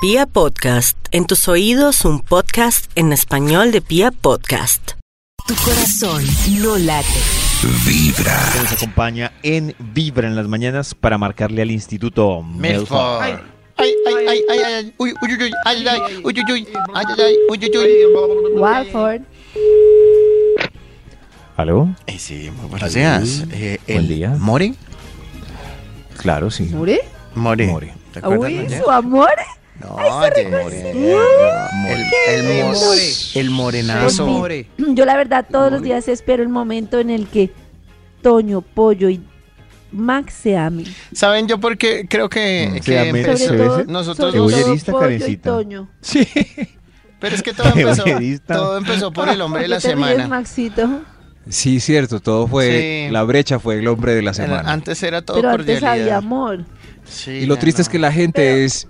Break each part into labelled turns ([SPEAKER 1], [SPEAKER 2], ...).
[SPEAKER 1] Pia Podcast, en tus oídos un podcast en español de Pia Podcast.
[SPEAKER 2] Tu corazón no late.
[SPEAKER 3] que nos acompaña en Vibra en las mañanas para marcarle al Instituto Melford.
[SPEAKER 4] Ay, ay, ay, ay, ay, ay, ay, uy, uy, uy, uy, ay, ay, uy, uy, uy, ay, ay, ay, uy, uy, uy.
[SPEAKER 5] Walford.
[SPEAKER 3] ¿Aló?
[SPEAKER 4] Eh, sí, muy buenos días. Eh,
[SPEAKER 3] Buen
[SPEAKER 4] el
[SPEAKER 3] día.
[SPEAKER 4] Mori,
[SPEAKER 3] Claro, sí.
[SPEAKER 5] ¿Mure?
[SPEAKER 4] Mori.
[SPEAKER 3] Mori.
[SPEAKER 4] ¿Te acuerdas,
[SPEAKER 5] Uy,
[SPEAKER 4] María?
[SPEAKER 5] su amor.
[SPEAKER 4] No, de Mori. El, el, mos- el
[SPEAKER 6] Ah,
[SPEAKER 4] morenazo.
[SPEAKER 5] Por mí. Pues Yo la verdad todos los días espero el momento en el que Toño, Pollo y Max se amen.
[SPEAKER 4] ¿Saben yo por qué? Creo que,
[SPEAKER 3] Mm,
[SPEAKER 4] que
[SPEAKER 3] se amen,
[SPEAKER 4] empezó-
[SPEAKER 3] se
[SPEAKER 5] Sobre todo,
[SPEAKER 3] besen.
[SPEAKER 4] nosotros
[SPEAKER 5] sobre todo
[SPEAKER 3] Ebollerista,
[SPEAKER 5] Pollo y
[SPEAKER 3] Karencita.
[SPEAKER 5] Toño.
[SPEAKER 3] Sí.
[SPEAKER 4] Pero es que todo empezó,
[SPEAKER 3] Ebollerista.
[SPEAKER 4] todo empezó por el hombre de la
[SPEAKER 5] ¿Por qué te ríes,
[SPEAKER 4] semana.
[SPEAKER 5] Maxito?
[SPEAKER 6] Sí, cierto, todo fue,
[SPEAKER 4] Sí.
[SPEAKER 6] la brecha fue el hombre de la
[SPEAKER 4] El-
[SPEAKER 6] semana.
[SPEAKER 4] Antes era todo
[SPEAKER 5] Pero antes había
[SPEAKER 4] cordialidad.
[SPEAKER 5] amor.
[SPEAKER 4] Sí,
[SPEAKER 6] y lo
[SPEAKER 4] ya
[SPEAKER 6] triste es
[SPEAKER 4] no.
[SPEAKER 6] que la gente es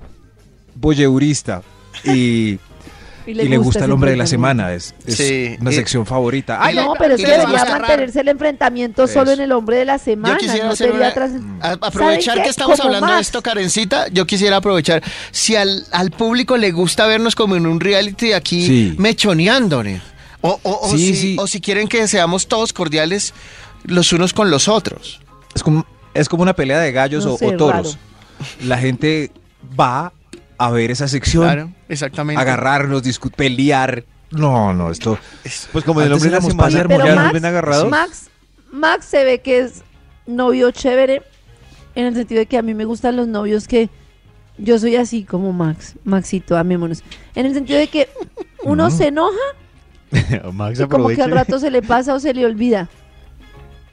[SPEAKER 6] boyeurista y,
[SPEAKER 5] Y
[SPEAKER 6] y le gusta el
[SPEAKER 5] ese
[SPEAKER 6] hombre de la semana,
[SPEAKER 5] enfrentamiento.
[SPEAKER 6] es, es
[SPEAKER 4] Sí.
[SPEAKER 6] una
[SPEAKER 4] Y-
[SPEAKER 6] sección favorita. ¡Ay,
[SPEAKER 5] No,
[SPEAKER 4] Y-
[SPEAKER 5] pero es
[SPEAKER 4] y
[SPEAKER 5] que
[SPEAKER 4] les
[SPEAKER 5] debería
[SPEAKER 4] gusta
[SPEAKER 5] mantenerse el enfrentamiento solo
[SPEAKER 6] Eso.
[SPEAKER 5] en el hombre de la semana.
[SPEAKER 4] Yo quisiera
[SPEAKER 5] no
[SPEAKER 4] hacer
[SPEAKER 5] debería
[SPEAKER 4] una-
[SPEAKER 5] trans-
[SPEAKER 4] A- aprovechar
[SPEAKER 5] ¿Saben
[SPEAKER 4] que
[SPEAKER 5] qué?
[SPEAKER 4] estamos
[SPEAKER 5] Como
[SPEAKER 4] hablando de
[SPEAKER 5] Max.
[SPEAKER 4] esto, Karencita, yo quisiera aprovechar. Si al, al público le gusta vernos como en un reality aquí
[SPEAKER 6] Sí.
[SPEAKER 4] mechoneando, ¿no? o, o- o
[SPEAKER 6] Sí,
[SPEAKER 4] si,
[SPEAKER 6] sí.
[SPEAKER 4] o si quieren que seamos todos cordiales los unos con los otros.
[SPEAKER 6] Es como, es como una pelea de gallos
[SPEAKER 5] No
[SPEAKER 6] o,
[SPEAKER 5] sé,
[SPEAKER 6] o toros. La gente va a ver esa sección,
[SPEAKER 4] Claro, exactamente.
[SPEAKER 6] agarrarnos, discu- pelear. No, no, esto...
[SPEAKER 3] Pues como el
[SPEAKER 6] Antes
[SPEAKER 3] hombre de la
[SPEAKER 6] éramos
[SPEAKER 3] semana
[SPEAKER 6] pasar
[SPEAKER 5] pero
[SPEAKER 3] ya nos
[SPEAKER 5] Max-
[SPEAKER 3] ven agarrados.
[SPEAKER 5] Max, Max se ve que es novio chévere en el sentido de que a mí me gustan los novios que yo soy así como Max, Maxito, amémonos. En el sentido de que uno se enoja
[SPEAKER 3] Max
[SPEAKER 5] y como que al rato se le pasa o se le olvida.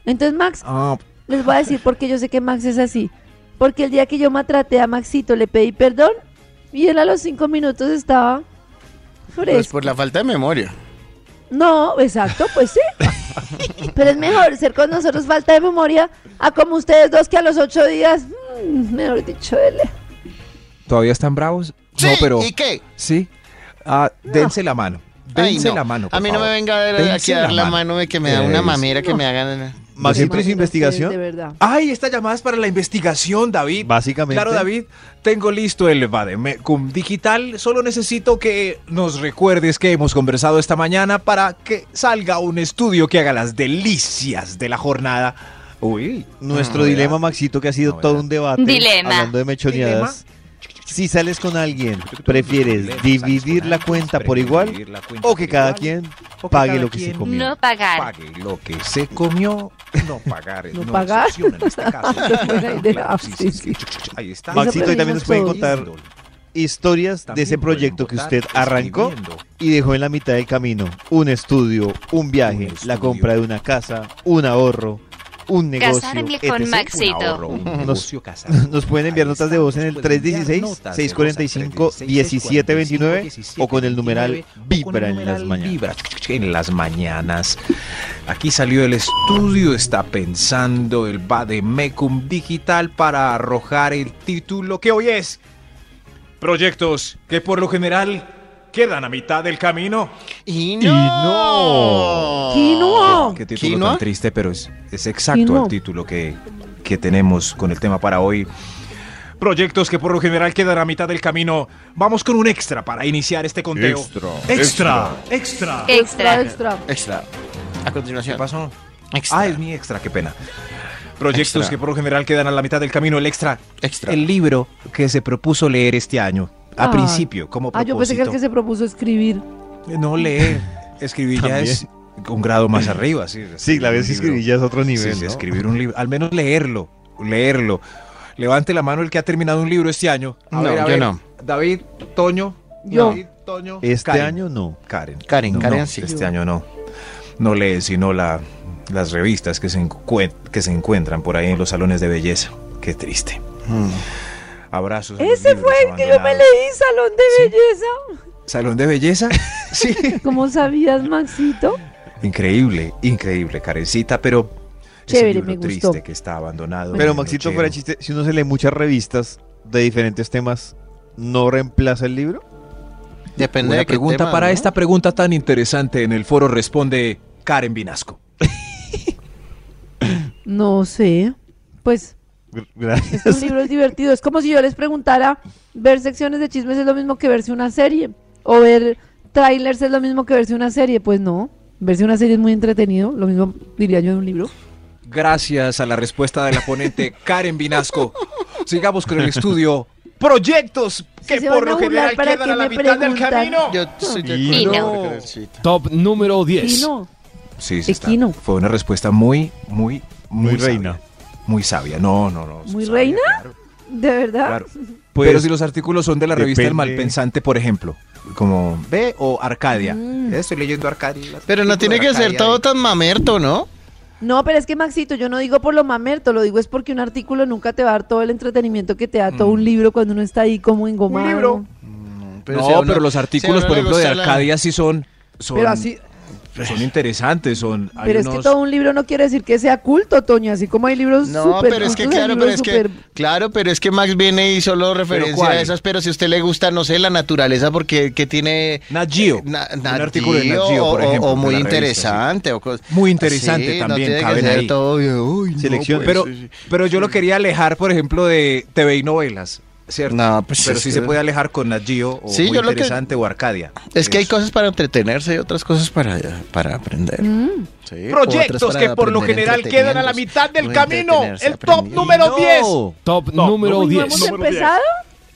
[SPEAKER 5] Entonces Max,
[SPEAKER 6] Ah,
[SPEAKER 5] les voy a decir porque yo sé que Max es así. Porque el día que yo maltraté a Maxito le pedí perdón y él a los cinco minutos estaba
[SPEAKER 4] Pues
[SPEAKER 5] fresco.
[SPEAKER 4] por la falta de memoria.
[SPEAKER 5] No, exacto, pues sí. Pero es mejor ser con nosotros falta de memoria a como ustedes dos que a los ocho días, mm, mejor dicho, dele.
[SPEAKER 6] ¿Todavía están bravos? no,
[SPEAKER 4] Sí,
[SPEAKER 6] pero...
[SPEAKER 4] ¿Y qué?
[SPEAKER 6] Sí. Ah, dense la mano.
[SPEAKER 4] Ay,
[SPEAKER 6] Dense
[SPEAKER 4] no.
[SPEAKER 6] la mano, por
[SPEAKER 4] A mí no
[SPEAKER 6] favor.
[SPEAKER 4] me venga a ver
[SPEAKER 6] Dense
[SPEAKER 4] aquí a dar la mano, de que me da una
[SPEAKER 6] Es-
[SPEAKER 4] mamera que me hagan.
[SPEAKER 3] Max siempre
[SPEAKER 5] Imagínate ustedes,
[SPEAKER 3] es
[SPEAKER 5] De
[SPEAKER 3] investigación.
[SPEAKER 5] verdad.
[SPEAKER 6] Ay, esta llamada es para la investigación, David.
[SPEAKER 3] Básicamente.
[SPEAKER 6] Claro, David, tengo listo el Vademecum digital. Solo necesito que nos recuerdes que hemos conversado esta mañana para que salga un estudio que haga las delicias de la jornada. Uy,
[SPEAKER 3] Nuestro
[SPEAKER 6] novedad.
[SPEAKER 3] dilema, Maxito, que ha sido
[SPEAKER 6] Novedad.
[SPEAKER 3] todo un debate.
[SPEAKER 7] Dilema.
[SPEAKER 3] Hablando de mechoneadas. Si sales con alguien, ¿prefieres dividir la cuenta por igual
[SPEAKER 6] Dividir la cuenta
[SPEAKER 3] o que
[SPEAKER 6] por
[SPEAKER 3] cada
[SPEAKER 6] igual,
[SPEAKER 3] quien
[SPEAKER 6] o que
[SPEAKER 3] pague
[SPEAKER 6] cada
[SPEAKER 3] lo que se
[SPEAKER 6] quien
[SPEAKER 3] comió?
[SPEAKER 7] No pagar.
[SPEAKER 6] pague lo que se comió, no pagar.
[SPEAKER 5] No pagar.
[SPEAKER 6] excepciona en este caso.
[SPEAKER 5] buena idea,
[SPEAKER 6] Sí,
[SPEAKER 5] sí,
[SPEAKER 6] sí, sí. Ahí está.
[SPEAKER 3] Maxito, y
[SPEAKER 5] Eso
[SPEAKER 3] también nos pueden
[SPEAKER 5] todos.
[SPEAKER 3] contar historias de ese proyecto que usted arrancó y dejó en la mitad del camino un estudio, un viaje,
[SPEAKER 6] Un
[SPEAKER 3] la
[SPEAKER 6] estudio.
[SPEAKER 3] compra de una casa, un ahorro, un negocio.
[SPEAKER 7] Casarme
[SPEAKER 6] Este
[SPEAKER 3] etc..
[SPEAKER 7] con Maxi.
[SPEAKER 3] Nos pueden enviar notas de voz en el 316-645-1729 o con el numeral Vibra en las mañanas.
[SPEAKER 6] Vibra en las mañanas. Aquí salió el estudio, está pensando el Bademecum Digital para arrojar el título que hoy es Proyectos que por lo general quedan a mitad del camino.
[SPEAKER 4] Y
[SPEAKER 3] no.
[SPEAKER 5] ¡Quinoa!
[SPEAKER 6] Qué título
[SPEAKER 4] ¿Quinoa?
[SPEAKER 6] tan triste, pero es, es exacto
[SPEAKER 5] Quinoa.
[SPEAKER 6] el título que, que tenemos con el tema para hoy. Proyectos que por lo general quedan a mitad del camino. Vamos con un extra para iniciar este conteo. Extra. Extra. Extra.
[SPEAKER 5] Extra,
[SPEAKER 7] Extra.
[SPEAKER 5] extra.
[SPEAKER 4] Extra. A
[SPEAKER 6] ¿Qué
[SPEAKER 4] continuación.
[SPEAKER 6] pasó?
[SPEAKER 4] Extra.
[SPEAKER 6] Ah, es mi extra, qué pena. Proyectos
[SPEAKER 4] Extra.
[SPEAKER 6] que por lo general quedan a la mitad del camino. El extra.
[SPEAKER 4] Extra.
[SPEAKER 6] El libro que se propuso leer este año. A
[SPEAKER 5] Ah.
[SPEAKER 6] principio, como
[SPEAKER 5] Ah,
[SPEAKER 6] propósito.
[SPEAKER 5] yo pensé que el que se propuso escribir.
[SPEAKER 6] No leer. Escribir ya es un grado más arriba. Sí,
[SPEAKER 3] Sí, la vez
[SPEAKER 6] Un libro.
[SPEAKER 3] escribí ya es otro
[SPEAKER 6] Sí,
[SPEAKER 3] nivel.
[SPEAKER 6] sí,
[SPEAKER 3] ¿no?
[SPEAKER 6] escribir un libro, al menos leerlo, leerlo. Levante la mano el que ha terminado un libro este año.
[SPEAKER 4] No, yo no.
[SPEAKER 6] David, Toño,
[SPEAKER 5] Yo.
[SPEAKER 6] David, Toño,
[SPEAKER 3] Este
[SPEAKER 6] Karen.
[SPEAKER 3] año no.
[SPEAKER 6] Karen.
[SPEAKER 4] Karen,
[SPEAKER 6] No,
[SPEAKER 4] Karen
[SPEAKER 6] no,
[SPEAKER 4] sí.
[SPEAKER 6] Este año no. No lee sino la, las revistas que se, encuen- que se encuentran por ahí en los salones de belleza. Qué triste.
[SPEAKER 4] Mm.
[SPEAKER 6] Abrazos. a los
[SPEAKER 5] Ese
[SPEAKER 6] libros
[SPEAKER 5] fue el que yo me
[SPEAKER 6] abandonados.
[SPEAKER 5] leí, Salón de
[SPEAKER 6] Sí.
[SPEAKER 5] Belleza.
[SPEAKER 6] ¿Salón de belleza? sí.
[SPEAKER 5] ¿Cómo sabías, Maxito?
[SPEAKER 6] Increíble, increíble, Karencita, pero es un
[SPEAKER 5] Chévere,
[SPEAKER 6] libro
[SPEAKER 5] me gustó.
[SPEAKER 6] triste que está abandonado. en
[SPEAKER 3] Pero
[SPEAKER 6] el
[SPEAKER 3] Maxito,
[SPEAKER 6] nochero.
[SPEAKER 3] fuera de chiste, si uno se lee muchas revistas de diferentes temas, ¿no reemplaza el libro?
[SPEAKER 4] Depende
[SPEAKER 6] Buena
[SPEAKER 4] de qué
[SPEAKER 6] pregunta
[SPEAKER 4] tema,
[SPEAKER 6] para
[SPEAKER 4] ¿no?
[SPEAKER 6] esta pregunta tan interesante en el foro responde Karen Vinasco.
[SPEAKER 5] No sé. Pues
[SPEAKER 3] Gr-
[SPEAKER 5] Es que un
[SPEAKER 3] Gracias.
[SPEAKER 5] libro es divertido. Es como si yo les preguntara, ver secciones de chismes es lo mismo que verse una serie. O ver trailers es lo mismo que verse una serie. Pues no. Verse una serie es muy entretenido. Lo mismo diría yo de un libro.
[SPEAKER 6] Gracias a la respuesta de la ponente Karen Vinasco. Sigamos con el estudio. Proyectos que
[SPEAKER 5] se
[SPEAKER 6] por
[SPEAKER 5] van a
[SPEAKER 6] lo
[SPEAKER 5] burlar
[SPEAKER 6] general
[SPEAKER 5] para
[SPEAKER 6] quedan
[SPEAKER 5] que
[SPEAKER 6] a
[SPEAKER 5] me
[SPEAKER 6] la mitad del
[SPEAKER 5] preguntan.
[SPEAKER 6] camino.
[SPEAKER 4] Yo soy
[SPEAKER 7] Y
[SPEAKER 4] de acuerdo
[SPEAKER 7] no.
[SPEAKER 4] con Karencita.
[SPEAKER 7] Top número 10.
[SPEAKER 5] Chino.
[SPEAKER 6] Sí, sí está.
[SPEAKER 5] Equino.
[SPEAKER 6] Fue una respuesta muy, muy, muy,
[SPEAKER 3] Muy
[SPEAKER 6] reina.
[SPEAKER 3] reina.
[SPEAKER 6] Muy sabia. No, no, no.
[SPEAKER 5] ¿Muy
[SPEAKER 6] sabia,
[SPEAKER 5] reina?
[SPEAKER 6] Pues Claro.
[SPEAKER 5] ¿De verdad?
[SPEAKER 6] claro.
[SPEAKER 3] Pues,
[SPEAKER 6] Pero si los artículos son de la revista El
[SPEAKER 3] depende.
[SPEAKER 6] Malpensante, por ejemplo, como B o Arcadia.
[SPEAKER 5] Mm.
[SPEAKER 6] Estoy leyendo Arcadia.
[SPEAKER 4] Pero no tiene que ser todo tan mamerto, ¿no?
[SPEAKER 5] No, pero es que Maxito, yo no digo por lo mamerto, lo digo es porque un artículo nunca te va a dar todo el entretenimiento que te da
[SPEAKER 6] Mm.
[SPEAKER 5] todo un libro cuando uno está ahí como engomado.
[SPEAKER 6] libro. no,
[SPEAKER 4] si a uno-
[SPEAKER 6] Mm, pero los
[SPEAKER 4] si a
[SPEAKER 6] artículos,
[SPEAKER 4] uno
[SPEAKER 6] por
[SPEAKER 4] le
[SPEAKER 6] ejemplo, de
[SPEAKER 4] gusta la-
[SPEAKER 6] Arcadia sí son, son,
[SPEAKER 5] Pero así,
[SPEAKER 6] son interesantes. Son, hay
[SPEAKER 5] pero es que
[SPEAKER 6] unos-
[SPEAKER 5] todo un libro no quiere decir que sea culto, Toño, así como hay libros
[SPEAKER 4] No,
[SPEAKER 5] súper
[SPEAKER 4] pero es que
[SPEAKER 5] cultos, hay
[SPEAKER 4] claro, pero
[SPEAKER 5] libros
[SPEAKER 4] es que
[SPEAKER 5] súper-
[SPEAKER 4] claro, pero es que Max viene y solo referencia
[SPEAKER 6] cuál?
[SPEAKER 4] a esas, pero si a usnat usted le gusta, no sé, la naturaleza porque que tiene Eh,
[SPEAKER 6] Nat Geo.
[SPEAKER 4] Na-
[SPEAKER 6] un
[SPEAKER 4] Nat
[SPEAKER 6] artículo de
[SPEAKER 4] Geo
[SPEAKER 6] Nat Geo, por
[SPEAKER 4] o-
[SPEAKER 6] ejemplo.
[SPEAKER 4] o
[SPEAKER 6] de
[SPEAKER 4] muy
[SPEAKER 6] la revista,
[SPEAKER 4] interesante o cosas.
[SPEAKER 6] Muy interesante también,
[SPEAKER 4] no tiene que
[SPEAKER 6] caben
[SPEAKER 4] ser
[SPEAKER 6] ahí.
[SPEAKER 4] todo, uy, no,
[SPEAKER 3] Selección.
[SPEAKER 6] sí.
[SPEAKER 4] pues,
[SPEAKER 6] Pero,
[SPEAKER 4] sí, sí.
[SPEAKER 6] pero yo lo quería alejar, por ejemplo, de TV y novelas. ¿Cierto?
[SPEAKER 4] No, pues,
[SPEAKER 6] pero
[SPEAKER 4] es
[SPEAKER 6] sí
[SPEAKER 4] que-
[SPEAKER 6] se puede alejar con Nat Geo o
[SPEAKER 4] Sí,
[SPEAKER 6] muy
[SPEAKER 4] yo lo que-
[SPEAKER 6] interesante o Arcadia.
[SPEAKER 4] es que hay
[SPEAKER 6] Eso.
[SPEAKER 4] cosas para entretenerse y otras cosas para, para aprender.
[SPEAKER 5] Mm.
[SPEAKER 4] Sí,
[SPEAKER 6] Proyectos
[SPEAKER 4] otras
[SPEAKER 6] que
[SPEAKER 4] para
[SPEAKER 6] por lo
[SPEAKER 4] aprender
[SPEAKER 6] general quedan a la
[SPEAKER 4] entreteniéndose,
[SPEAKER 6] mitad del
[SPEAKER 4] no
[SPEAKER 6] camino.
[SPEAKER 4] entretenerse,
[SPEAKER 6] El top
[SPEAKER 4] aprendiendo.
[SPEAKER 6] número
[SPEAKER 4] No.
[SPEAKER 6] 10.
[SPEAKER 7] Top
[SPEAKER 6] No,
[SPEAKER 7] número
[SPEAKER 5] Uy,
[SPEAKER 7] 10.
[SPEAKER 5] ¿no hemos empezado?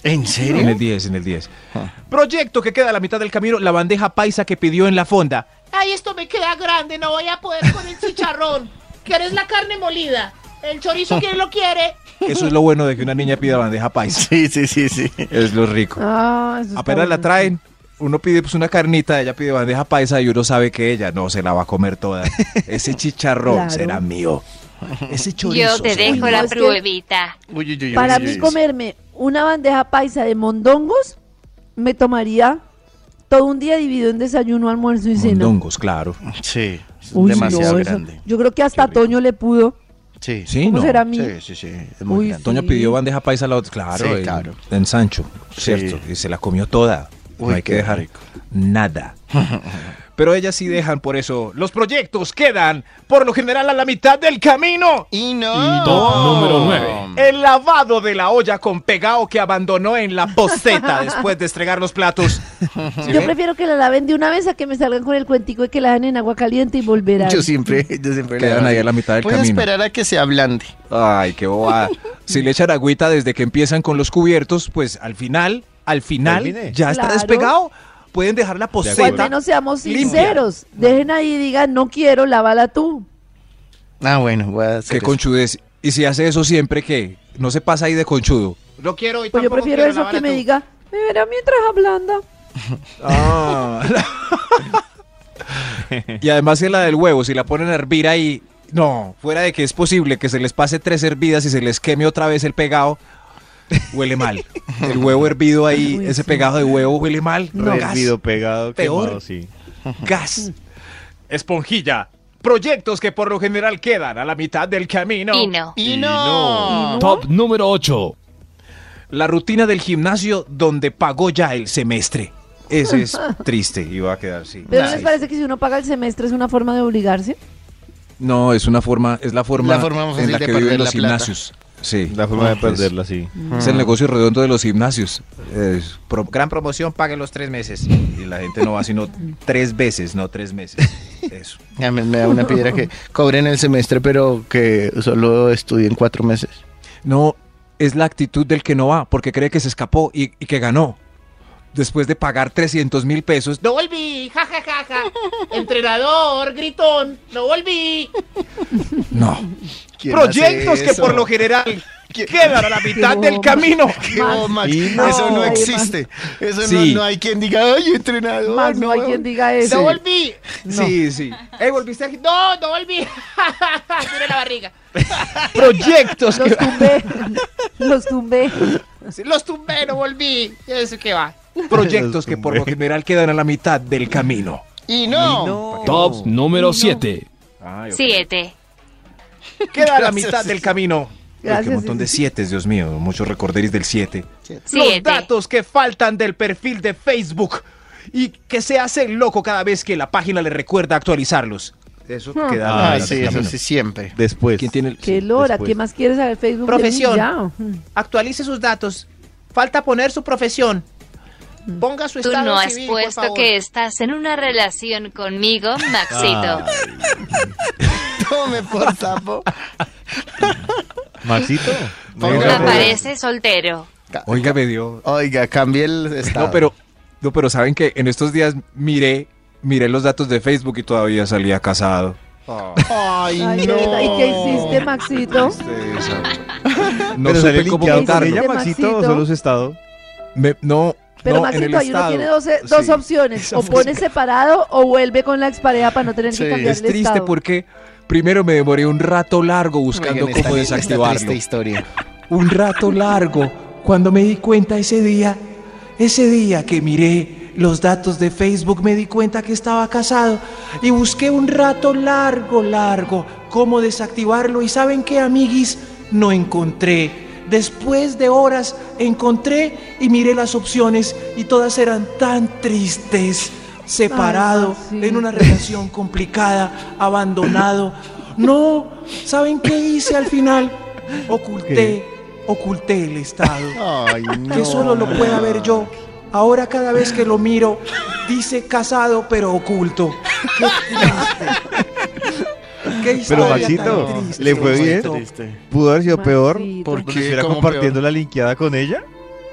[SPEAKER 4] ¿En
[SPEAKER 6] En el
[SPEAKER 4] serio?
[SPEAKER 6] 10, en el 10.
[SPEAKER 4] Ah.
[SPEAKER 6] Proyecto que queda a la mitad del camino, la bandeja paisa que pidió en la fonda.
[SPEAKER 8] Ay, esto me queda grande, no voy a poder con el chicharrón. ¿Quieres la carne molida? El chorizo, ¿quién lo quiere?
[SPEAKER 6] Eso es lo bueno de que una niña pida bandeja paisa.
[SPEAKER 4] Sí, sí, sí, sí.
[SPEAKER 6] Es lo rico.
[SPEAKER 5] Ah, eso está
[SPEAKER 6] Apenas la
[SPEAKER 5] bueno.
[SPEAKER 6] traen, uno pide pues una carnita, ella pide bandeja paisa y uno sabe que ella no se la va a comer toda. Ese chicharrón
[SPEAKER 5] Claro.
[SPEAKER 6] será mío. Ese chorizo.
[SPEAKER 9] Yo te
[SPEAKER 6] será
[SPEAKER 9] dejo
[SPEAKER 6] mío.
[SPEAKER 9] la
[SPEAKER 5] Es que-
[SPEAKER 9] pruebita.
[SPEAKER 4] Uy, uy, uy,
[SPEAKER 5] Para
[SPEAKER 4] uy,
[SPEAKER 5] mí
[SPEAKER 4] uy.
[SPEAKER 5] comerme una bandeja paisa de mondongos me tomaría todo un día dividido en desayuno, almuerzo y cena.
[SPEAKER 6] Mondongos, claro.
[SPEAKER 4] Sí, es
[SPEAKER 5] Uy,
[SPEAKER 4] demasiado
[SPEAKER 5] no, eso-
[SPEAKER 4] grande.
[SPEAKER 5] Yo creo que hasta
[SPEAKER 6] Qué rico.
[SPEAKER 5] Toño le pudo.
[SPEAKER 4] Sí,
[SPEAKER 6] Sí,
[SPEAKER 5] ¿Cómo
[SPEAKER 6] no.
[SPEAKER 5] será mi?
[SPEAKER 4] sí, sí, sí, es muy
[SPEAKER 5] Uy,
[SPEAKER 4] grande.
[SPEAKER 6] Toño
[SPEAKER 5] sí.
[SPEAKER 6] pidió bandeja paisa la otra, claro,
[SPEAKER 4] Sí,
[SPEAKER 6] en-
[SPEAKER 4] claro.
[SPEAKER 6] en Sancho, cierto,
[SPEAKER 4] Sí.
[SPEAKER 6] y se la comió toda.
[SPEAKER 4] Uy,
[SPEAKER 6] no hay que
[SPEAKER 4] qué
[SPEAKER 6] dejar
[SPEAKER 4] rico.
[SPEAKER 6] nada. Pero ellas sí dejan por eso. Los proyectos quedan por lo general a la mitad del camino.
[SPEAKER 4] Y no.
[SPEAKER 7] Y top número 9.
[SPEAKER 6] El lavado de la olla con pegado que abandonó en la poseta después de estregar los platos. ¿Sí
[SPEAKER 5] Yo
[SPEAKER 6] ve?
[SPEAKER 5] prefiero que la laven de una vez a que me salgan con el cuentico de que la dan en agua caliente y volverán.
[SPEAKER 4] Yo siempre, yo siempre le
[SPEAKER 6] Quedan
[SPEAKER 4] hago
[SPEAKER 6] ahí
[SPEAKER 4] así.
[SPEAKER 6] a la mitad del
[SPEAKER 4] Voy a
[SPEAKER 6] camino.
[SPEAKER 4] esperar a que se ablande.
[SPEAKER 6] Ay, qué bobada. Si le echan agüita desde que empiezan con los cubiertos, pues al final, al final,
[SPEAKER 3] Termine.
[SPEAKER 6] ya está
[SPEAKER 5] Claro.
[SPEAKER 6] despegado. Pueden dejar la
[SPEAKER 5] O al
[SPEAKER 6] poseta.
[SPEAKER 5] menos seamos
[SPEAKER 6] limpia.
[SPEAKER 5] sinceros. Dejen ahí y digan, no quiero, lávala tú.
[SPEAKER 4] Ah, bueno, voy a hacer
[SPEAKER 6] Qué
[SPEAKER 4] eso.
[SPEAKER 6] conchudez. Y si hace eso siempre, que No se pasa ahí de conchudo.
[SPEAKER 8] No quiero y
[SPEAKER 5] Pues yo
[SPEAKER 8] tampoco
[SPEAKER 5] prefiero
[SPEAKER 8] quiero
[SPEAKER 5] eso
[SPEAKER 8] la
[SPEAKER 5] que me
[SPEAKER 8] bala tú.
[SPEAKER 5] diga, me verá mientras ablanda.
[SPEAKER 6] Ah. y además es la del huevo, si la ponen a hervir ahí, no, fuera de que es posible que se les pase tres hervidas y se les queme otra vez el pegado, huele mal. El huevo hervido ahí,
[SPEAKER 5] Uy, sí.
[SPEAKER 6] ese pegado de huevo huele mal. Gas.
[SPEAKER 3] Hervido, pegado,
[SPEAKER 6] Peor.
[SPEAKER 3] quemado, sí.
[SPEAKER 5] Mm.
[SPEAKER 6] gas. Esponjilla. Proyectos que por lo general quedan a la mitad del camino.
[SPEAKER 9] Y no.
[SPEAKER 4] Y no.
[SPEAKER 7] Top número 8.
[SPEAKER 6] La rutina del gimnasio donde pagó ya el semestre. Ese es triste y va a quedar así.
[SPEAKER 5] Pero ¿no
[SPEAKER 6] Sí.
[SPEAKER 5] les parece que si uno paga el semestre es una forma de obligarse?
[SPEAKER 6] No, es una forma, es la forma,
[SPEAKER 4] La forma más
[SPEAKER 6] en
[SPEAKER 4] fácil
[SPEAKER 6] la
[SPEAKER 4] de
[SPEAKER 6] que viven
[SPEAKER 4] perder
[SPEAKER 6] los
[SPEAKER 4] la plata.
[SPEAKER 6] gimnasios. Sí.
[SPEAKER 3] La forma de
[SPEAKER 6] Pues,
[SPEAKER 3] perderla, sí.
[SPEAKER 6] Es el negocio redondo de los gimnasios. Es pro- gran promoción, paguen los tres meses. Y la gente no va sino tres veces, no tres meses. Eso.
[SPEAKER 4] Ya me, me da una piedra que cobren el semestre, pero que solo estudien cuatro meses.
[SPEAKER 6] No, es la actitud del que no va, porque cree que se escapó y, y que ganó. Después de pagar 300 mil pesos,
[SPEAKER 8] No volví, ja, ja, ja, ja. Entrenador, gritón, no volví.
[SPEAKER 6] no.
[SPEAKER 4] ¿Quién
[SPEAKER 6] Proyectos
[SPEAKER 4] hace
[SPEAKER 6] que
[SPEAKER 4] eso?
[SPEAKER 6] por lo general quedan a la mitad
[SPEAKER 5] Qué
[SPEAKER 6] del
[SPEAKER 5] bobo.
[SPEAKER 6] camino.
[SPEAKER 4] Qué bobo, Max.
[SPEAKER 3] Y
[SPEAKER 5] no.
[SPEAKER 4] Eso no
[SPEAKER 5] Ay, Max.
[SPEAKER 4] existe. Eso
[SPEAKER 6] Sí.
[SPEAKER 4] no, no hay quien diga, ay, entrenador.
[SPEAKER 5] Max, no, hay quien diga eso.
[SPEAKER 8] No volví.
[SPEAKER 6] Sí, sí.
[SPEAKER 8] Ey, volviste al gi- No, no volví. Ja, ja, ja. Mira la barriga.
[SPEAKER 6] Proyectos que...
[SPEAKER 5] Los tumbé. Los tumbé.
[SPEAKER 8] Los tumbé, no volví. Eso que va.
[SPEAKER 6] Proyectos que por lo
[SPEAKER 3] Costumbre.
[SPEAKER 6] general quedan a la mitad del camino.
[SPEAKER 4] Y no.
[SPEAKER 7] Top número 7.
[SPEAKER 9] Siete.
[SPEAKER 6] Queda a la
[SPEAKER 4] Gracias,
[SPEAKER 6] mitad
[SPEAKER 4] sí,
[SPEAKER 6] del
[SPEAKER 4] sí.
[SPEAKER 6] camino.
[SPEAKER 5] Gracias,
[SPEAKER 6] Qué montón
[SPEAKER 5] sí,
[SPEAKER 6] de
[SPEAKER 5] sí.
[SPEAKER 6] siete, Dios mío. Muchos recorderis del siete. Los
[SPEAKER 9] Siete.
[SPEAKER 6] datos que faltan del perfil de Facebook y que se hace loco cada vez que la página le recuerda actualizarlos. Eso
[SPEAKER 5] Ah.
[SPEAKER 6] queda
[SPEAKER 4] Ah,
[SPEAKER 6] adelante,
[SPEAKER 4] sí, eso
[SPEAKER 6] Camilo.
[SPEAKER 4] sí, siempre.
[SPEAKER 3] Después.
[SPEAKER 6] ¿Quién tiene el-
[SPEAKER 5] ¿Qué lora?
[SPEAKER 3] después.
[SPEAKER 5] ¿Qué más quieres saber Facebook? de mí?
[SPEAKER 8] Profesión.
[SPEAKER 5] Ya.
[SPEAKER 8] Actualice sus datos. Falta poner su profesión. Ponga su
[SPEAKER 9] Tú
[SPEAKER 8] estado
[SPEAKER 9] no has
[SPEAKER 8] civil, por
[SPEAKER 9] puesto
[SPEAKER 8] favor.
[SPEAKER 9] que estás en una relación conmigo,
[SPEAKER 7] Ah,
[SPEAKER 9] Maxito.
[SPEAKER 4] Tome por sapo.
[SPEAKER 3] Maxito.
[SPEAKER 4] Ponga-
[SPEAKER 3] Venga,
[SPEAKER 9] Aparece soltero.
[SPEAKER 6] Oiga, me dio.
[SPEAKER 4] Oiga, cambié el estado.
[SPEAKER 6] No, pero, no, pero saben que en estos días miré, miré los datos de Facebook y todavía salía casado.
[SPEAKER 4] Oh. Ay,
[SPEAKER 5] Ay,
[SPEAKER 4] no.
[SPEAKER 5] neta, ¿Y qué hiciste, Maxito?
[SPEAKER 6] Tristeza. No
[SPEAKER 3] Pero sale
[SPEAKER 6] supe cómo
[SPEAKER 3] linkeado con
[SPEAKER 6] quitarlo.
[SPEAKER 3] ella,
[SPEAKER 5] Este
[SPEAKER 3] Maxito, o
[SPEAKER 5] Maxito.
[SPEAKER 3] solo su estado.
[SPEAKER 6] Me- no,
[SPEAKER 5] Pero
[SPEAKER 6] no, en el
[SPEAKER 5] Maxito, ahí uno
[SPEAKER 6] estado.
[SPEAKER 5] tiene dos, dos
[SPEAKER 6] Sí.
[SPEAKER 5] opciones.
[SPEAKER 6] Esa
[SPEAKER 5] O
[SPEAKER 6] fue-
[SPEAKER 5] pone separado o vuelve con la expareja para no tener
[SPEAKER 4] Sí.
[SPEAKER 5] que cambiar
[SPEAKER 6] Es
[SPEAKER 5] de
[SPEAKER 6] triste
[SPEAKER 5] estado.
[SPEAKER 6] porque primero me demoré un rato largo buscando
[SPEAKER 4] Oigan,
[SPEAKER 6] cómo
[SPEAKER 4] esta- esta
[SPEAKER 6] desactivarlo.
[SPEAKER 4] triste historia.
[SPEAKER 6] un rato largo cuando me di cuenta ese día, ese día que miré los datos de Facebook me di cuenta que estaba casado y busqué un rato largo, largo cómo desactivarlo y saben qué amiguis no encontré. Después de horas encontré y miré las opciones y todas eran tan tristes. Separado,
[SPEAKER 5] Maxito.
[SPEAKER 6] en una relación complicada, abandonado. No, ¿saben qué hice al final? Oculté, oculté el estado.
[SPEAKER 3] Ah,
[SPEAKER 4] Ay, no.
[SPEAKER 6] Que solo lo pueda ver yo. Ahora cada vez que lo miro, dice casado pero oculto. Qué triste. Qué
[SPEAKER 3] Pero
[SPEAKER 6] historia
[SPEAKER 3] Maxito,
[SPEAKER 6] tan triste,
[SPEAKER 3] ¿le fue bien?
[SPEAKER 6] Maxito.
[SPEAKER 3] Pudo haber sido peor.
[SPEAKER 5] Maxito.
[SPEAKER 4] ¿Por
[SPEAKER 3] ¿Por
[SPEAKER 4] qué?
[SPEAKER 3] estuviera
[SPEAKER 4] ¿Cómo
[SPEAKER 3] compartiendo la linkeada con ella?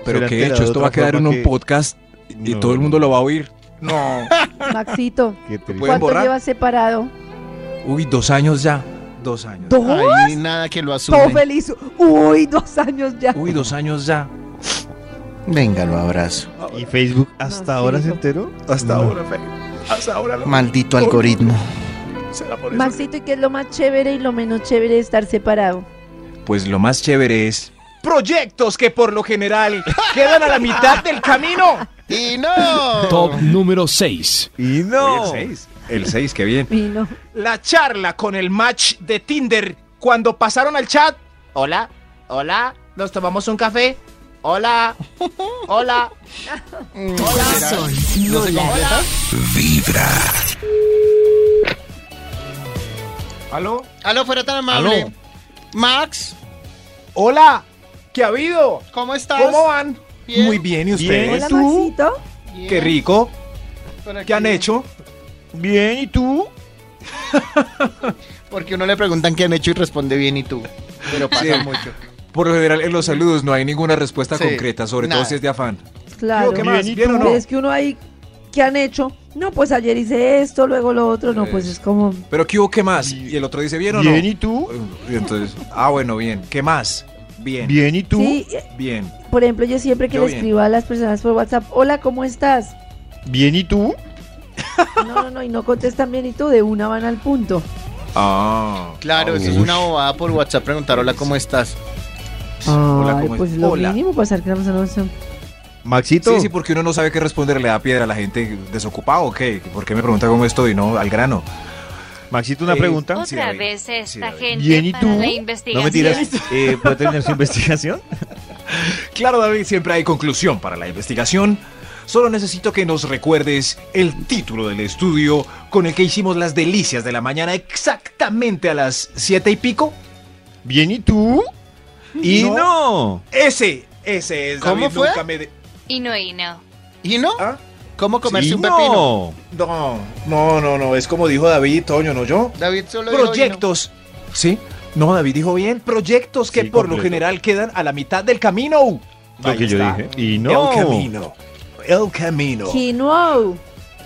[SPEAKER 6] Pero
[SPEAKER 3] Hubiera
[SPEAKER 6] qué hecho,
[SPEAKER 3] enterado
[SPEAKER 6] esto
[SPEAKER 3] de
[SPEAKER 6] va a
[SPEAKER 3] otra
[SPEAKER 6] quedar en
[SPEAKER 3] forma
[SPEAKER 6] un
[SPEAKER 3] que-
[SPEAKER 6] podcast y
[SPEAKER 3] No.
[SPEAKER 6] todo el mundo lo va a oír. No.
[SPEAKER 5] Maxito,
[SPEAKER 3] Qué triste.
[SPEAKER 6] ¿Pueden
[SPEAKER 5] ¿cuánto
[SPEAKER 6] borrar?
[SPEAKER 5] llevas separado?
[SPEAKER 6] Uy, dos años ya. Dos años.
[SPEAKER 5] ¿Dos?
[SPEAKER 4] Ay, nada que lo
[SPEAKER 5] Todo
[SPEAKER 4] asume.
[SPEAKER 5] feliz. Uy, dos años ya.
[SPEAKER 6] Uy, dos años ya.
[SPEAKER 4] Venga, lo abrazo.
[SPEAKER 3] ¿Y Facebook hasta
[SPEAKER 5] Maxito.
[SPEAKER 3] ahora se enteró?
[SPEAKER 6] Hasta
[SPEAKER 3] No.
[SPEAKER 6] ahora, Felipe. Hasta ahora. lo-
[SPEAKER 4] Maldito algoritmo.
[SPEAKER 6] será por eso.
[SPEAKER 5] Maxito, ¿y qué es lo más chévere y lo menos chévere de estar separado?
[SPEAKER 6] Pues lo más chévere es
[SPEAKER 8] Proyectos que por lo general quedan a la mitad del camino.
[SPEAKER 4] ¡Y no!
[SPEAKER 7] Top número 6.
[SPEAKER 3] Y no.
[SPEAKER 6] Oye, El 6. El 6, qué bien.
[SPEAKER 5] Y no.
[SPEAKER 8] La charla con el match de Tinder cuando pasaron al chat. Hola, hola, nos tomamos un café. Hola, hola.
[SPEAKER 4] Mm,
[SPEAKER 2] Corazón no late.
[SPEAKER 6] ¿Aló?
[SPEAKER 4] Aló, fuera tan amable.
[SPEAKER 7] Aló.
[SPEAKER 4] Max,
[SPEAKER 8] Hola, ¿qué ha habido?
[SPEAKER 4] ¿cómo estás?
[SPEAKER 8] ¿Cómo van?
[SPEAKER 4] Bien.
[SPEAKER 6] Muy bien, ¿y ustedes?
[SPEAKER 5] Hola, Maxito.
[SPEAKER 4] Bien.
[SPEAKER 6] Qué rico.
[SPEAKER 4] Por aquí.
[SPEAKER 6] ¿Qué han hecho?
[SPEAKER 3] Bien, ¿y tú?
[SPEAKER 4] Porque uno le preguntan qué han hecho y responde bien y tú. Pero pasa
[SPEAKER 6] Sí.
[SPEAKER 4] mucho.
[SPEAKER 6] Por lo general, en los saludos no hay ninguna respuesta
[SPEAKER 4] Sí,
[SPEAKER 6] concreta, sobre
[SPEAKER 4] nada.
[SPEAKER 6] todo si es de afán.
[SPEAKER 5] Claro.
[SPEAKER 6] Digo, ¿qué más?
[SPEAKER 3] Bien, ¿y
[SPEAKER 6] ¿Bien o
[SPEAKER 5] Pero
[SPEAKER 6] no?
[SPEAKER 5] Es que uno ahí, ¿qué han hecho? No, pues ayer hice esto, luego lo otro. No, pues es como...
[SPEAKER 6] Pero ¿qué hubo? ¿Qué más? Y el otro dice, ¿bien o no?
[SPEAKER 3] Bien, ¿y tú?
[SPEAKER 6] Y entonces, ah, bueno, bien. ¿Qué más? Bien. Bien.
[SPEAKER 3] Bien, ¿y tú?
[SPEAKER 5] Sí, eh, por ejemplo, yo siempre que
[SPEAKER 6] Yo
[SPEAKER 5] le
[SPEAKER 6] bien.
[SPEAKER 5] escribo a las personas por WhatsApp, hola, ¿cómo estás?
[SPEAKER 3] Bien, ¿y tú?
[SPEAKER 5] No, no, no, y no contestan bien y tú, de una van al punto.
[SPEAKER 6] Ah.
[SPEAKER 4] Claro, eso es
[SPEAKER 6] Uy.
[SPEAKER 4] una bobada por WhatsApp preguntar hola, ¿cómo estás?
[SPEAKER 6] Hola,
[SPEAKER 5] Ay,
[SPEAKER 6] ¿cómo
[SPEAKER 5] pues
[SPEAKER 6] es?
[SPEAKER 5] lo
[SPEAKER 6] Hola.
[SPEAKER 5] mínimo pasar que vamos a no-
[SPEAKER 3] Maxito.
[SPEAKER 6] Sí, sí, porque uno no sabe qué responder, le da piedra a la gente desocupado o qué. ¿Por qué me pregunta cómo estoy? No, al grano.
[SPEAKER 3] Maxito, una
[SPEAKER 6] Eh,
[SPEAKER 3] pregunta.
[SPEAKER 6] Sí,
[SPEAKER 9] Otra
[SPEAKER 6] David.
[SPEAKER 9] vez
[SPEAKER 6] Sí,
[SPEAKER 9] esta
[SPEAKER 6] David.
[SPEAKER 3] Bien, ¿y
[SPEAKER 9] gente
[SPEAKER 3] tú?
[SPEAKER 9] para
[SPEAKER 3] No
[SPEAKER 9] la
[SPEAKER 3] me No
[SPEAKER 9] investigación.
[SPEAKER 3] mentiras. Eh, ¿Puede terminar su investigación?
[SPEAKER 6] Claro, David, siempre hay conclusión para la investigación. Solo necesito que nos recuerdes el título del estudio con el que hicimos las delicias de la mañana exactamente a las siete y pico.
[SPEAKER 3] Bien, ¿y tú? Y
[SPEAKER 6] No.
[SPEAKER 3] no.
[SPEAKER 6] Ese, ese es
[SPEAKER 4] ¿Cómo
[SPEAKER 6] David,
[SPEAKER 4] fue?
[SPEAKER 6] nunca me de-
[SPEAKER 9] Y no, y no.
[SPEAKER 4] ¿Y no?
[SPEAKER 6] ¿Ah?
[SPEAKER 4] ¿Cómo comerse
[SPEAKER 3] Sí,
[SPEAKER 4] un pepino?
[SPEAKER 3] no.
[SPEAKER 6] No, no, no, no, es como dijo David, Toño, no yo.
[SPEAKER 4] David solo dijo,
[SPEAKER 6] Proyectos. ¿Sí? No, David dijo bien. Proyectos que
[SPEAKER 3] Sí,
[SPEAKER 6] por lo
[SPEAKER 3] completo.
[SPEAKER 6] general quedan a la mitad del camino.
[SPEAKER 3] Lo
[SPEAKER 6] Ahí
[SPEAKER 3] que yo
[SPEAKER 6] está.
[SPEAKER 3] dije. Y no.
[SPEAKER 6] El camino. El camino.
[SPEAKER 5] Quinoa.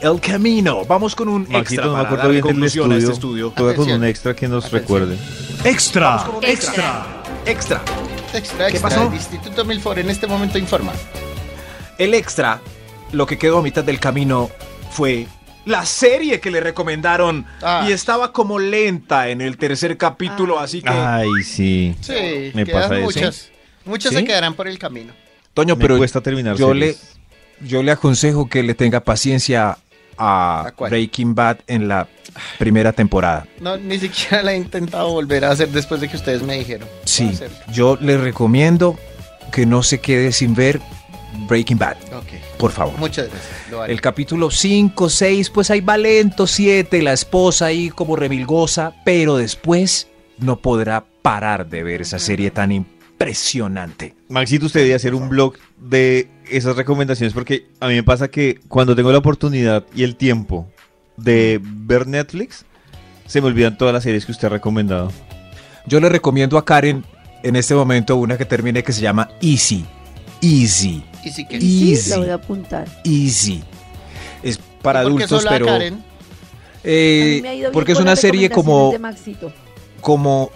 [SPEAKER 6] El camino. Vamos con un
[SPEAKER 3] Maxito,
[SPEAKER 6] extra
[SPEAKER 3] no me
[SPEAKER 6] para
[SPEAKER 3] acuerdo
[SPEAKER 6] darle
[SPEAKER 3] bien del
[SPEAKER 6] conclusión
[SPEAKER 3] estudio.
[SPEAKER 6] a este estudio.
[SPEAKER 3] Todo con
[SPEAKER 4] Atención.
[SPEAKER 3] un extra que nos
[SPEAKER 4] Atención.
[SPEAKER 3] recuerde.
[SPEAKER 7] Extra.
[SPEAKER 9] Eh.
[SPEAKER 6] Vamos con un
[SPEAKER 9] Extra.
[SPEAKER 6] Extra.
[SPEAKER 4] no. Extra,
[SPEAKER 6] ¿Qué
[SPEAKER 4] extra.
[SPEAKER 6] pasó?
[SPEAKER 4] El Instituto Milford en este momento informa.
[SPEAKER 6] El extra, lo que quedó a mitad del camino fue la serie que le recomendaron
[SPEAKER 4] Ah.
[SPEAKER 6] y estaba como lenta en el tercer capítulo, así que
[SPEAKER 3] Ay, sí.
[SPEAKER 4] Sí,
[SPEAKER 3] Me
[SPEAKER 4] quedan
[SPEAKER 3] pasa eso.
[SPEAKER 4] muchas. Muchas se
[SPEAKER 6] ¿Sí?
[SPEAKER 4] quedarán por el camino.
[SPEAKER 6] Toño,
[SPEAKER 3] Me
[SPEAKER 6] pero
[SPEAKER 3] cuesta terminar.
[SPEAKER 6] yo
[SPEAKER 3] series.
[SPEAKER 6] yo le aconsejo que le tenga paciencia a
[SPEAKER 4] ¿A cuál?
[SPEAKER 6] Breaking Bad en la primera temporada.
[SPEAKER 4] No, ni siquiera la he intentado volver a hacer después de que ustedes me dijeron. Voy a
[SPEAKER 6] Sí,
[SPEAKER 4] hacerlo.
[SPEAKER 6] yo le recomiendo que no se quede sin ver
[SPEAKER 7] Breaking Bad.
[SPEAKER 4] Ok.
[SPEAKER 7] Por favor.
[SPEAKER 4] Muchas gracias. Lo haré.
[SPEAKER 7] El capítulo 5, 6, pues ahí va lento, 7, la esposa ahí como remilgosa, pero después no podrá parar de ver esa serie tan impresionante.
[SPEAKER 3] Maxito, usted debe hacer un blog de esas recomendaciones porque a mí me pasa que cuando tengo la oportunidad y el tiempo de ver Netflix, se me olvidan todas las series que usted ha recomendado.
[SPEAKER 7] Yo le recomiendo a Karen en este momento una que termine que se llama Easy. Easy.
[SPEAKER 4] Y si que-
[SPEAKER 5] Sí,
[SPEAKER 7] Easy.
[SPEAKER 5] la voy a apuntar.
[SPEAKER 7] Easy. Es para
[SPEAKER 4] ¿Por qué
[SPEAKER 7] adultos,
[SPEAKER 4] solo a
[SPEAKER 7] pero...
[SPEAKER 4] Karen?
[SPEAKER 5] A
[SPEAKER 7] eh,
[SPEAKER 5] mí me ha ido bien
[SPEAKER 7] porque es
[SPEAKER 5] con
[SPEAKER 7] una
[SPEAKER 5] las
[SPEAKER 7] serie
[SPEAKER 5] recomendaciones
[SPEAKER 7] como...
[SPEAKER 5] de Maxito.
[SPEAKER 7] como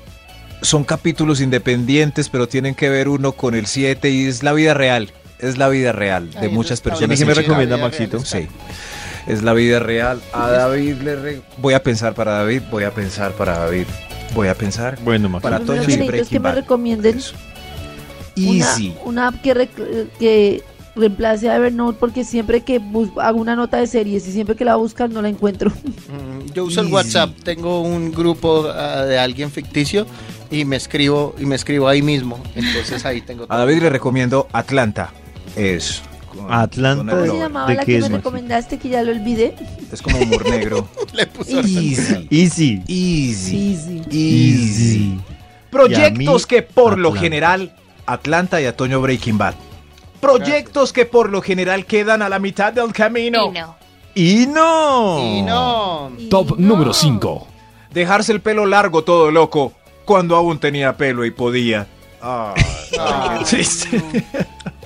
[SPEAKER 7] son capítulos independientes, pero tienen que ver uno con el 7 y es la vida real. Es la vida real de
[SPEAKER 4] Ay,
[SPEAKER 7] muchas
[SPEAKER 4] está bien.
[SPEAKER 7] personas.
[SPEAKER 3] ¿Y qué me
[SPEAKER 7] en Chile.
[SPEAKER 3] recomienda,
[SPEAKER 4] La vida real
[SPEAKER 3] Maxito?
[SPEAKER 4] está
[SPEAKER 7] Sí. Es la vida real. A David le re- voy a pensar para David, voy a pensar para David, voy a pensar
[SPEAKER 3] Bueno, Maxito.
[SPEAKER 7] para
[SPEAKER 5] Lo
[SPEAKER 7] Toño
[SPEAKER 5] primero
[SPEAKER 7] y
[SPEAKER 5] que necesito es que
[SPEAKER 7] Breaking
[SPEAKER 5] Pues me
[SPEAKER 7] Bad.
[SPEAKER 5] recomienden
[SPEAKER 7] Eso.
[SPEAKER 5] una-
[SPEAKER 7] Easy.
[SPEAKER 5] Una, app que, rec- que reemplace a Evernote porque siempre que bus- hago una nota de series y siempre que la buscan no la encuentro.
[SPEAKER 4] Mm, Yo uso el
[SPEAKER 7] Easy.
[SPEAKER 4] WhatsApp, tengo un grupo ah, de alguien ficticio y me escribo y me escribo ahí mismo. Entonces ahí tengo
[SPEAKER 7] A David le recomiendo Atlanta. Es con-
[SPEAKER 3] Atlanta.
[SPEAKER 7] con
[SPEAKER 5] ¿Cómo
[SPEAKER 7] el
[SPEAKER 5] se
[SPEAKER 3] no,
[SPEAKER 7] logo.
[SPEAKER 5] llamaba
[SPEAKER 3] ¿de
[SPEAKER 5] la
[SPEAKER 3] qué
[SPEAKER 5] que
[SPEAKER 3] es,
[SPEAKER 5] me
[SPEAKER 3] Maxi?
[SPEAKER 5] recomendaste que ya lo olvidé?
[SPEAKER 7] Es como humor negro.
[SPEAKER 4] Le puso
[SPEAKER 7] Easy.
[SPEAKER 3] Easy.
[SPEAKER 7] Easy.
[SPEAKER 5] Sí, sí.
[SPEAKER 7] Easy.
[SPEAKER 3] Y
[SPEAKER 7] Proyectos
[SPEAKER 3] a mí,
[SPEAKER 7] que por lo
[SPEAKER 3] Atlanta.
[SPEAKER 7] general, Atlanta y Atoño Breaking Bad. Proyectos que por lo general quedan a la mitad del camino.
[SPEAKER 9] Pino.
[SPEAKER 3] Y no.
[SPEAKER 4] Y no.
[SPEAKER 5] Y
[SPEAKER 6] Top
[SPEAKER 5] no.
[SPEAKER 6] número 5.
[SPEAKER 7] Dejarse el pelo largo todo loco cuando aún tenía pelo y podía.
[SPEAKER 4] Ah,
[SPEAKER 7] Sí, sí.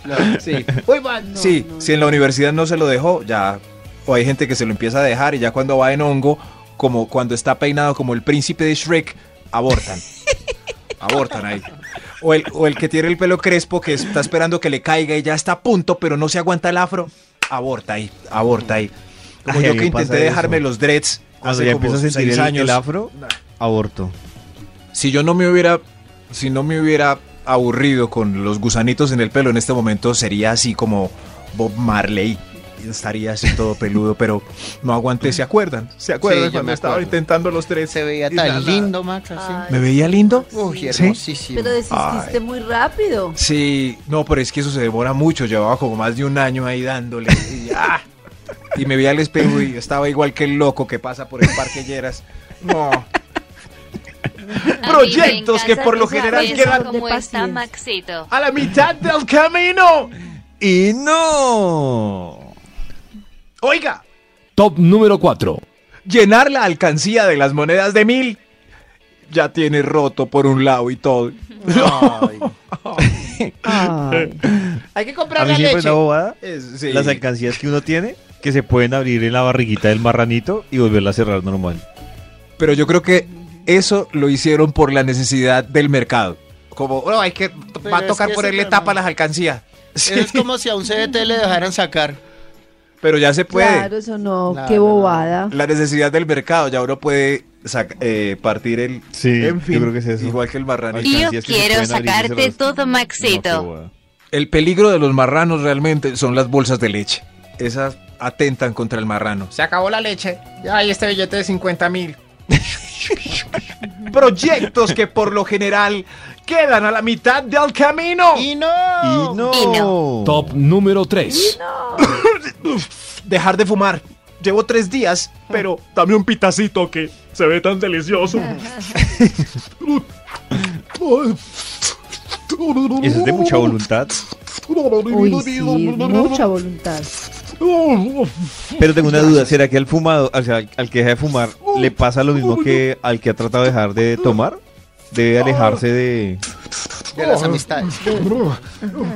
[SPEAKER 4] no.
[SPEAKER 7] Sí,
[SPEAKER 8] Uy, man.
[SPEAKER 7] sí, si en la universidad no se lo dejó, ya. O hay gente que se lo empieza a dejar y ya cuando va en hongo, como cuando está peinado como el príncipe de Shrek, abortan. abortan ahí. O el, o el que tiene el pelo crespo que está esperando que le caiga y ya está a punto, pero no se aguanta el afro, aborta ahí, aborta ahí. Como
[SPEAKER 3] Ay, a
[SPEAKER 7] yo
[SPEAKER 3] mí
[SPEAKER 7] que
[SPEAKER 3] me pasa
[SPEAKER 7] intenté
[SPEAKER 3] eso.
[SPEAKER 7] dejarme los dreads
[SPEAKER 3] Cuando
[SPEAKER 7] hace
[SPEAKER 3] ya
[SPEAKER 7] como
[SPEAKER 3] empiezo a sentir
[SPEAKER 7] seis
[SPEAKER 3] el,
[SPEAKER 7] años.
[SPEAKER 3] el afro, aborto.
[SPEAKER 7] Si yo no me hubiera, si no me hubiera aburrido con los gusanitos en el pelo en este momento, sería así como Bob Marley. Estaría así todo peludo, pero no aguanté. ¿Se acuerdan? ¿Se acuerdan
[SPEAKER 4] yo
[SPEAKER 7] cuando
[SPEAKER 4] me
[SPEAKER 7] estaba
[SPEAKER 4] acuerdo.
[SPEAKER 7] intentando los tres?
[SPEAKER 4] Se veía
[SPEAKER 7] Y nada.
[SPEAKER 4] tan lindo, Max, así.
[SPEAKER 5] Ay,
[SPEAKER 7] ¿Me veía lindo?
[SPEAKER 4] Uy,
[SPEAKER 5] Sí.
[SPEAKER 4] hermosísimo.
[SPEAKER 5] Pero desististe muy rápido.
[SPEAKER 7] Sí, no, pero es que eso se demora mucho. Llevaba como más de un año ahí dándole. Y, ¡ah! Y me veía al espejo y estaba igual que el loco que pasa por el parque Lleras. No.
[SPEAKER 9] A
[SPEAKER 7] Proyectos
[SPEAKER 9] mí me
[SPEAKER 7] que
[SPEAKER 9] encanta
[SPEAKER 7] por lo
[SPEAKER 9] esa
[SPEAKER 7] general
[SPEAKER 9] mesa
[SPEAKER 5] quedan-
[SPEAKER 9] como
[SPEAKER 5] de
[SPEAKER 9] está
[SPEAKER 5] paciencia.
[SPEAKER 9] Maxito.
[SPEAKER 8] A la mitad del camino.
[SPEAKER 3] Y no.
[SPEAKER 8] Oiga,
[SPEAKER 6] Top número 4.
[SPEAKER 7] Llenar la alcancía de las monedas de mil. Ya tiene roto por un lado y todo.
[SPEAKER 4] Ay.
[SPEAKER 5] Ay,
[SPEAKER 8] hay que
[SPEAKER 3] A
[SPEAKER 8] comprar
[SPEAKER 3] mí
[SPEAKER 8] la
[SPEAKER 3] siempre
[SPEAKER 8] leche.
[SPEAKER 3] una bobada.
[SPEAKER 7] Es- sí.
[SPEAKER 3] Las alcancías que uno tiene que se pueden abrir en la barriguita del marranito y volverla a cerrar normal.
[SPEAKER 7] Pero yo creo que eso lo hicieron por la necesidad del mercado. Como, "Oh, hay que,
[SPEAKER 4] Pero
[SPEAKER 7] va a
[SPEAKER 4] es
[SPEAKER 7] tocar
[SPEAKER 4] que
[SPEAKER 7] ponerle
[SPEAKER 4] ese tema-
[SPEAKER 7] tapa a las alcancías. Sí,
[SPEAKER 4] Es como si a un CBT le dejaran sacar.
[SPEAKER 7] pero ya se puede.
[SPEAKER 5] claro, eso no,
[SPEAKER 4] No,
[SPEAKER 5] qué
[SPEAKER 4] no, no.
[SPEAKER 5] bobada.
[SPEAKER 7] La necesidad del mercado, ya uno puede saca- eh, partir el...
[SPEAKER 3] Sí,
[SPEAKER 7] en fin,
[SPEAKER 3] yo creo que es eso.
[SPEAKER 7] Igual que el marranito.
[SPEAKER 9] Yo
[SPEAKER 3] Alcancías que se
[SPEAKER 9] quiero
[SPEAKER 3] pueden abrir y
[SPEAKER 9] sacarte
[SPEAKER 3] cerrar.
[SPEAKER 9] todo,
[SPEAKER 3] No, qué
[SPEAKER 9] Maxito.
[SPEAKER 3] bobada.
[SPEAKER 7] El peligro de los marranos realmente son las bolsas de leche. Esas atentan contra el marrano.
[SPEAKER 8] Se acabó la leche. Ya hay este billete de 50 mil.
[SPEAKER 7] proyectos que por lo general quedan a la mitad del camino.
[SPEAKER 4] ¡Y no!
[SPEAKER 3] Y no.
[SPEAKER 9] Y
[SPEAKER 6] Top número 3.
[SPEAKER 7] Dejar de fumar. Llevo tres días, pero dame un pitacito que se ve tan delicioso.
[SPEAKER 3] Eso es de mucha voluntad.
[SPEAKER 5] Uy, sí, mucha voluntad.
[SPEAKER 3] Pero tengo una duda, ¿será que al fumado, o sea, al, al que deja de fumar, le pasa lo mismo que al que ha tratado de dejar de tomar? Debe alejarse de,
[SPEAKER 4] De las amistades.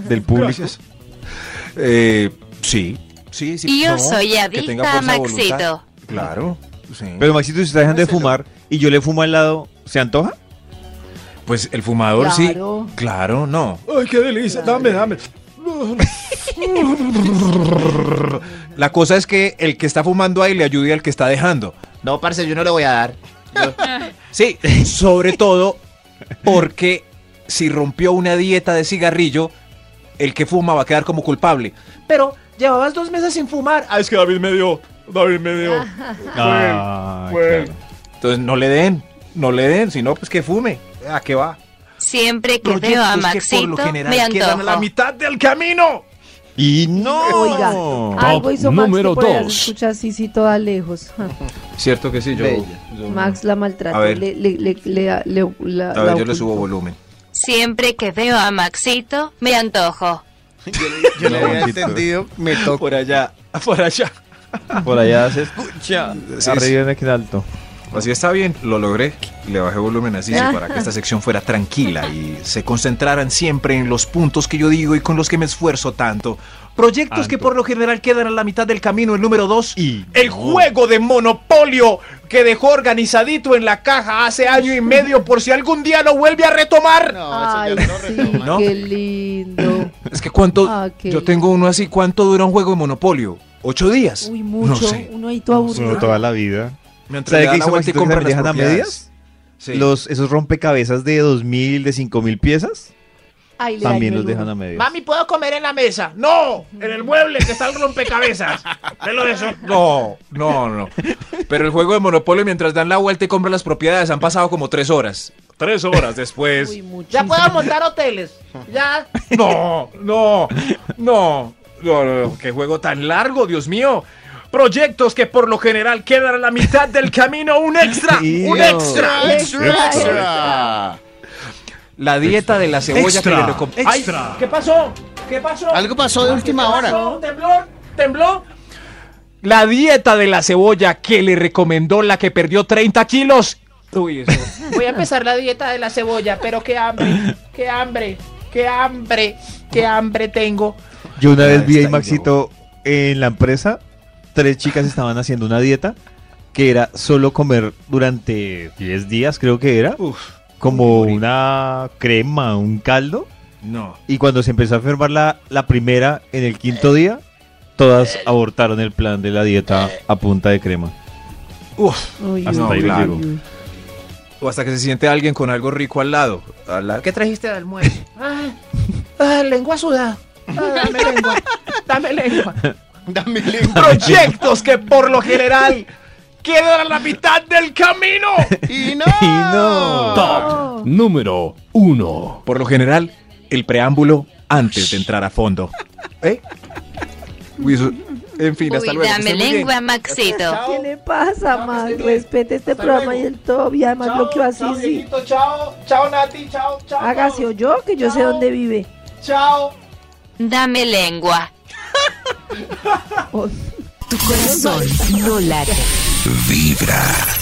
[SPEAKER 3] del público.
[SPEAKER 7] Eh, sí, sí, sí.
[SPEAKER 9] Y yo
[SPEAKER 7] No,
[SPEAKER 9] soy
[SPEAKER 7] que
[SPEAKER 9] adicta
[SPEAKER 7] tenga fuerza
[SPEAKER 9] a
[SPEAKER 7] de voluntad.
[SPEAKER 9] Maxito.
[SPEAKER 7] Claro. sí.
[SPEAKER 3] Pero Maxito, si está dejando de fumar y yo le fumo al lado, ¿se antoja?
[SPEAKER 7] pues el fumador sí.
[SPEAKER 5] Claro.
[SPEAKER 7] Claro, no.
[SPEAKER 6] Ay, qué delicia. Dame, dame.
[SPEAKER 7] La cosa es que el que está fumando ahí le ayude al que está dejando.
[SPEAKER 8] No, parce, yo no le voy a dar.
[SPEAKER 7] Sí, sobre todo porque si rompió una dieta de cigarrillo, el que fuma va a quedar como culpable. Pero llevabas dos meses sin fumar. Ah, es que David me dio. David me dio.
[SPEAKER 3] Ah,
[SPEAKER 7] Bueno.
[SPEAKER 3] claro.
[SPEAKER 7] Entonces no le den, no le den, sino pues que fume. ¿A qué va?
[SPEAKER 9] Siempre que veo
[SPEAKER 7] Proyectos
[SPEAKER 9] a
[SPEAKER 7] que por
[SPEAKER 9] Maxito,
[SPEAKER 7] lo general
[SPEAKER 9] me
[SPEAKER 7] quedan a la
[SPEAKER 9] antojo.
[SPEAKER 7] mitad del camino.
[SPEAKER 3] Y no.
[SPEAKER 5] Oiga, algo hizo Max que
[SPEAKER 6] número
[SPEAKER 5] por allá se
[SPEAKER 6] dos.
[SPEAKER 5] escucha así, sí, toda lejos. Ah,
[SPEAKER 7] Cierto que sí, yo.
[SPEAKER 4] Bella.
[SPEAKER 7] yo-
[SPEAKER 5] Max la maltrata.
[SPEAKER 7] A ver.
[SPEAKER 5] Le, le, le, le- le- la-
[SPEAKER 7] a ver,
[SPEAKER 5] la
[SPEAKER 7] yo le subo
[SPEAKER 5] ocultó.
[SPEAKER 7] volumen.
[SPEAKER 9] Siempre que veo a Maxito, me antojo.
[SPEAKER 4] Yo le, yo le
[SPEAKER 3] No,
[SPEAKER 4] había
[SPEAKER 3] Maxito.
[SPEAKER 4] entendido, me tocó.
[SPEAKER 7] Por allá, por allá.
[SPEAKER 3] Por allá se escucha.
[SPEAKER 7] Sí,
[SPEAKER 3] Arriba en aquí en alto.
[SPEAKER 7] Así está bien, lo logré. Le bajé volumen así sí,
[SPEAKER 5] Ah.
[SPEAKER 7] para que esta sección fuera tranquila y se concentraran siempre en los puntos que yo digo y con los que me esfuerzo tanto. Proyectos que por lo general quedan a la mitad del camino, el número 2.
[SPEAKER 3] Y
[SPEAKER 8] El juego de monopolio que dejó organizadito en la caja hace año y medio por si algún día lo vuelve a retomar.
[SPEAKER 4] No,
[SPEAKER 5] Ay,
[SPEAKER 4] eso ya no lo
[SPEAKER 5] sí,
[SPEAKER 4] retoma.
[SPEAKER 7] ¿no?
[SPEAKER 5] qué lindo.
[SPEAKER 7] Es que cuánto...
[SPEAKER 5] Ah, ok.
[SPEAKER 7] Yo tengo uno así, ¿cuánto dura un juego de Monopolio? ¿Ocho días?
[SPEAKER 5] Uy, mucho.
[SPEAKER 7] No sé.
[SPEAKER 5] Uno ahí todo aburrido.
[SPEAKER 3] Bueno, toda la vida.
[SPEAKER 7] Mientras
[SPEAKER 3] ¿Sabe
[SPEAKER 7] le
[SPEAKER 3] qué
[SPEAKER 7] dan la
[SPEAKER 3] hizo
[SPEAKER 7] vuelta y
[SPEAKER 3] Maxito que
[SPEAKER 7] compran las
[SPEAKER 3] también dejan a
[SPEAKER 7] propiedades.
[SPEAKER 3] medias?
[SPEAKER 7] Sí.
[SPEAKER 3] Los, esos rompecabezas de 2.000, de 5.000 piezas,
[SPEAKER 5] Ay, le
[SPEAKER 3] también
[SPEAKER 5] dañó
[SPEAKER 3] los
[SPEAKER 5] el
[SPEAKER 3] dejan
[SPEAKER 5] uno.
[SPEAKER 3] a medias.
[SPEAKER 8] Mami, ¿puedo comer en la mesa? No, en el mueble que está el rompecabezas. Ve lo de eso.
[SPEAKER 7] No, no, no. Pero el juego de Monopolio, mientras dan la vuelta y compran las propiedades, han pasado como tres horas. Tres horas después.
[SPEAKER 5] Uy, mucho.
[SPEAKER 8] Ya puedo montar hoteles. Ya.
[SPEAKER 7] No, no, no, no, no, no, qué juego tan largo, Dios mío.
[SPEAKER 8] Proyectos que por lo general quedan a la mitad del camino. Un extra.
[SPEAKER 3] Sí,
[SPEAKER 8] Un
[SPEAKER 3] no.
[SPEAKER 8] extra.
[SPEAKER 4] Extra, extra.
[SPEAKER 7] La dieta de la cebolla
[SPEAKER 6] Extra.
[SPEAKER 7] que le recom- Ay,
[SPEAKER 8] Ay, ¿Qué pasó? ¿Qué pasó?
[SPEAKER 4] Algo pasó de última
[SPEAKER 8] ¿Qué
[SPEAKER 4] hora.
[SPEAKER 8] pasó? ¿Tembló? ¿Tembló?
[SPEAKER 7] La dieta de la cebolla que le recomendó la que perdió 30 kilos. Uy, eso.
[SPEAKER 8] Voy a empezar la dieta de la cebolla, pero qué hambre, qué hambre, qué hambre, qué hambre tengo.
[SPEAKER 3] Yo una
[SPEAKER 7] Ya
[SPEAKER 3] vez vi ahí,
[SPEAKER 7] Ah, está,
[SPEAKER 3] Maxito, en la empresa, tres chicas estaban haciendo una dieta que era solo comer durante 10 días, creo que era, como una crema, un caldo.
[SPEAKER 7] No.
[SPEAKER 3] Y cuando se empezó a enfermar la, la primera en el quinto día,
[SPEAKER 5] Eh.
[SPEAKER 3] todas abortaron el plan de la dieta a punta de crema.
[SPEAKER 7] Uf.
[SPEAKER 5] Uy,
[SPEAKER 7] Hasta
[SPEAKER 5] uy,
[SPEAKER 3] ahí
[SPEAKER 5] uy,
[SPEAKER 3] llego.
[SPEAKER 5] uy.
[SPEAKER 7] O hasta que se siente alguien con algo rico al lado. A la-
[SPEAKER 8] ¿Qué trajiste de almuerzo? Ah, ah, lengua sudada. Ah, dame lengua, dame lengua.
[SPEAKER 4] Dame lengua.
[SPEAKER 8] Proyectos que por lo general quedan a la mitad del camino.
[SPEAKER 4] Y no.
[SPEAKER 3] Y no.
[SPEAKER 6] Top número 1.
[SPEAKER 7] Por lo general, el preámbulo antes de entrar a fondo. ¿Eh? Uy, eso- En fin, hasta
[SPEAKER 9] Uy,
[SPEAKER 7] luego. que
[SPEAKER 9] dame
[SPEAKER 7] esté muy bien.
[SPEAKER 9] lengua, Maxito.
[SPEAKER 5] ¿Qué le pasa, Max? Respete este programa y el top. Y además bloqueó así,
[SPEAKER 8] chao,
[SPEAKER 5] sí.
[SPEAKER 8] viejito, chao, chao, Nati, chao, chao.
[SPEAKER 5] Hágase o yo, que yo sé
[SPEAKER 8] Chao.
[SPEAKER 5] dónde vive.
[SPEAKER 8] Chao.
[SPEAKER 9] Dame lengua.
[SPEAKER 5] Oh.
[SPEAKER 10] Tu corazón no late.
[SPEAKER 11] Vibra.